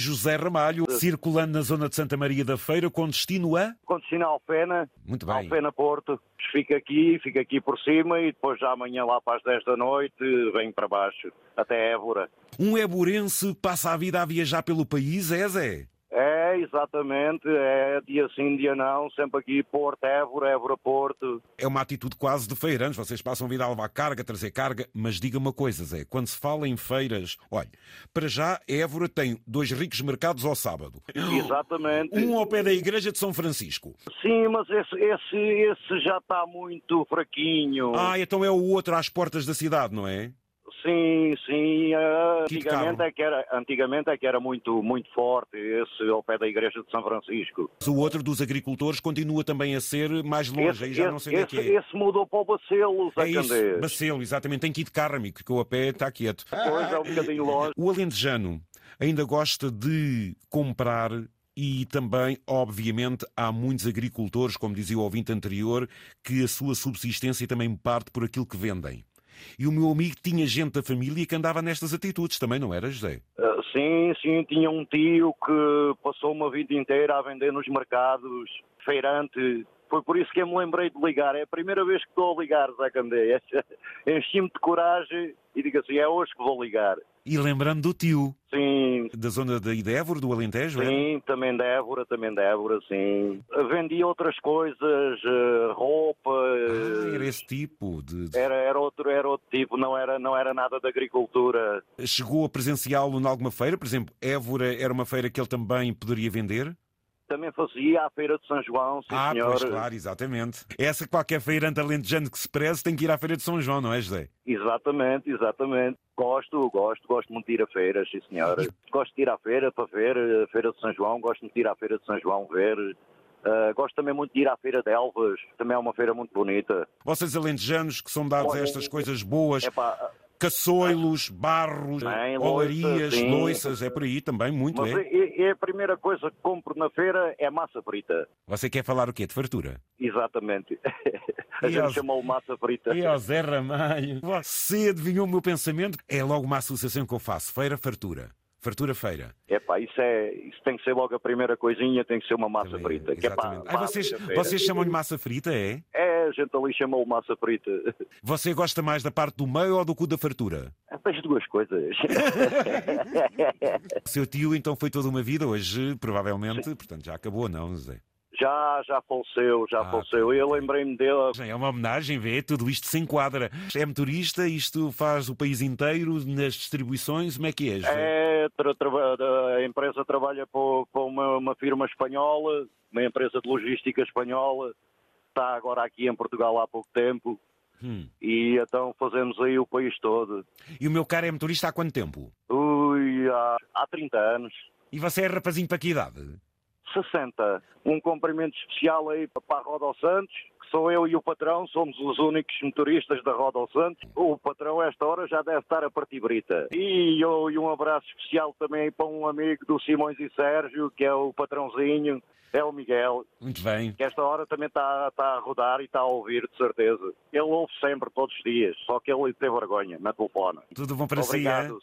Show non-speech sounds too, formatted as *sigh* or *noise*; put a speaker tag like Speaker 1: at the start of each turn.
Speaker 1: José Ramalho, circulando na zona de Santa Maria da Feira, com destino a?
Speaker 2: Com destino a Alfena,
Speaker 1: Muito bem.
Speaker 2: Alfena Porto. Fica aqui, fica aqui por cima e depois já amanhã lá para as 10 da noite venho para baixo, até Évora.
Speaker 1: Um éborense passa a vida a viajar pelo país, é Zé?
Speaker 2: É, exatamente, é dia sim, dia não, sempre aqui Porto, Évora, Évora, Porto.
Speaker 1: É uma atitude quase de feirantes. Vocês passam a vida a levar carga, trazer carga. Mas diga uma coisa, Zé. Quando se fala em feiras, olha, para já Évora tem dois ricos mercados ao sábado.
Speaker 2: Exatamente.
Speaker 1: Um ao pé da Igreja de São Francisco.
Speaker 2: Sim, mas esse, esse, esse já está muito fraquinho.
Speaker 1: Ah, então é o outro às portas da cidade, não é?
Speaker 2: Sim, sim. ah,
Speaker 1: Que de
Speaker 2: Antigamente
Speaker 1: carro.
Speaker 2: é que era, antigamente é que era muito, muito forte esse ao pé da igreja de São Francisco.
Speaker 1: Mas O outro dos agricultores continua também a ser mais longe, aí já não sei onde é
Speaker 2: esse,
Speaker 1: que é.
Speaker 2: esse mudou para o Bacelos, a
Speaker 1: É isso,
Speaker 2: Candeias.
Speaker 1: Bacelo, exatamente. Tem que ir de carro, amigo, que o a pé está quieto. *laughs*
Speaker 2: Pois é um bocadinho longe.
Speaker 1: O alentejano ainda gosta de comprar e também, obviamente, há muitos agricultores, como dizia o ouvinte anterior, que a sua subsistência também parte por aquilo que vendem. E o meu amigo tinha gente da família que andava nestas atitudes também, não era, José?
Speaker 2: Ah, Sim, sim, tinha um tio que passou uma vida inteira a vender nos mercados, feirante. Foi por isso que eu me lembrei de ligar. É a primeira vez que estou a ligar, Zé Candeias. *laughs* Enchi-me de coragem e digo assim, é hoje que vou ligar.
Speaker 1: E lembrando do tio,
Speaker 2: Sim,
Speaker 1: da zona da Idévor, do Alentejo, era?
Speaker 2: Sim, também da Évora, também da Évora, sim. Vendia outras coisas, eh, roupa.
Speaker 1: Ah, era
Speaker 2: eh,
Speaker 1: esse tipo de... de-
Speaker 2: Era, era, outro, era outro tipo, não era, não era nada de agricultura.
Speaker 1: Chegou a presenciá-lo em alguma feira? Por exemplo, Évora era uma feira que ele também poderia vender?
Speaker 2: Também fazia a Feira de São João, sim
Speaker 1: Ah,
Speaker 2: senhor.
Speaker 1: pois claro, exatamente. É Essa qualquer feirante alentejano que se preze tem que ir à Feira de São João, não é, José?
Speaker 2: Exatamente, exatamente. Gosto, gosto, gosto muito de ir a feiras, sim senhora. Gosto de ir à feira para ver eh, a Feira de São João, gosto muito de ir à Feira de São João ver. Eh, gosto também muito de ir à Feira de Elvas, também é uma feira muito bonita.
Speaker 1: Vocês alentejanos que são dados a estas coisas boas,
Speaker 2: Epá,
Speaker 1: caçoilos, barros,
Speaker 2: Bem,
Speaker 1: olarias,
Speaker 2: loiças, sim.
Speaker 1: loiças, é por aí também, muito,
Speaker 2: Mas
Speaker 1: é?
Speaker 2: é, é a primeira coisa que compro na feira é massa frita.
Speaker 1: Você quer falar o quê? De fartura?
Speaker 2: Exatamente. *laughs* A
Speaker 1: E
Speaker 2: gente
Speaker 1: as-
Speaker 2: chamou massa frita.
Speaker 1: E ao Zé Ramalho? Você adivinhou o meu pensamento? É logo uma associação que eu faço. Feira, fartura. Fartura, feira.
Speaker 2: Epá, isso, é, isso tem que ser logo a primeira coisinha, tem que ser uma massa
Speaker 1: Também,
Speaker 2: frita. Que é pá,
Speaker 1: exatamente. Ah,
Speaker 2: massa
Speaker 1: vocês,
Speaker 2: frita.
Speaker 1: vocês chamam-lhe massa frita, é?
Speaker 2: É, a gente ali chamou massa frita. *laughs*
Speaker 1: Você gosta mais da parte do meio ou do cu da fartura?
Speaker 2: As duas coisas.
Speaker 1: Seu tio então foi toda uma vida, hoje provavelmente, portanto já acabou, não, Zé?
Speaker 2: já, já faleceu, já
Speaker 1: Ah,
Speaker 2: faleceu. Eu lembrei-me dele.
Speaker 1: É uma homenagem, vê, tudo isto se enquadra. É motorista, isto faz o país inteiro, nas distribuições, como é que é, José?
Speaker 2: É, tra- tra- a empresa trabalha para uma, uma firma espanhola, uma empresa de logística espanhola. Está agora aqui em Portugal há pouco tempo.
Speaker 1: Hum.
Speaker 2: E então fazemos aí o país todo.
Speaker 1: E o meu cara é motorista há quanto tempo?
Speaker 2: Ui, há, há 30 anos.
Speaker 1: E você é rapazinho para que idade?
Speaker 2: 60. Um cumprimento especial aí para a Roda ao Santos, que sou eu e o patrão, somos os únicos motoristas da Roda ao Santos. O patrão, a esta hora, já deve estar a partir brita. E, eu- e um abraço especial também aí para um amigo do Simões e Sérgio, que é o patrãozinho, é o Miguel,
Speaker 1: Muito bem.
Speaker 2: que esta hora também está, está a rodar e está a ouvir, de certeza. Ele ouve sempre, todos os dias, só que ele tem vergonha na telefone.
Speaker 1: Tudo bom para si, é?
Speaker 2: Obrigado.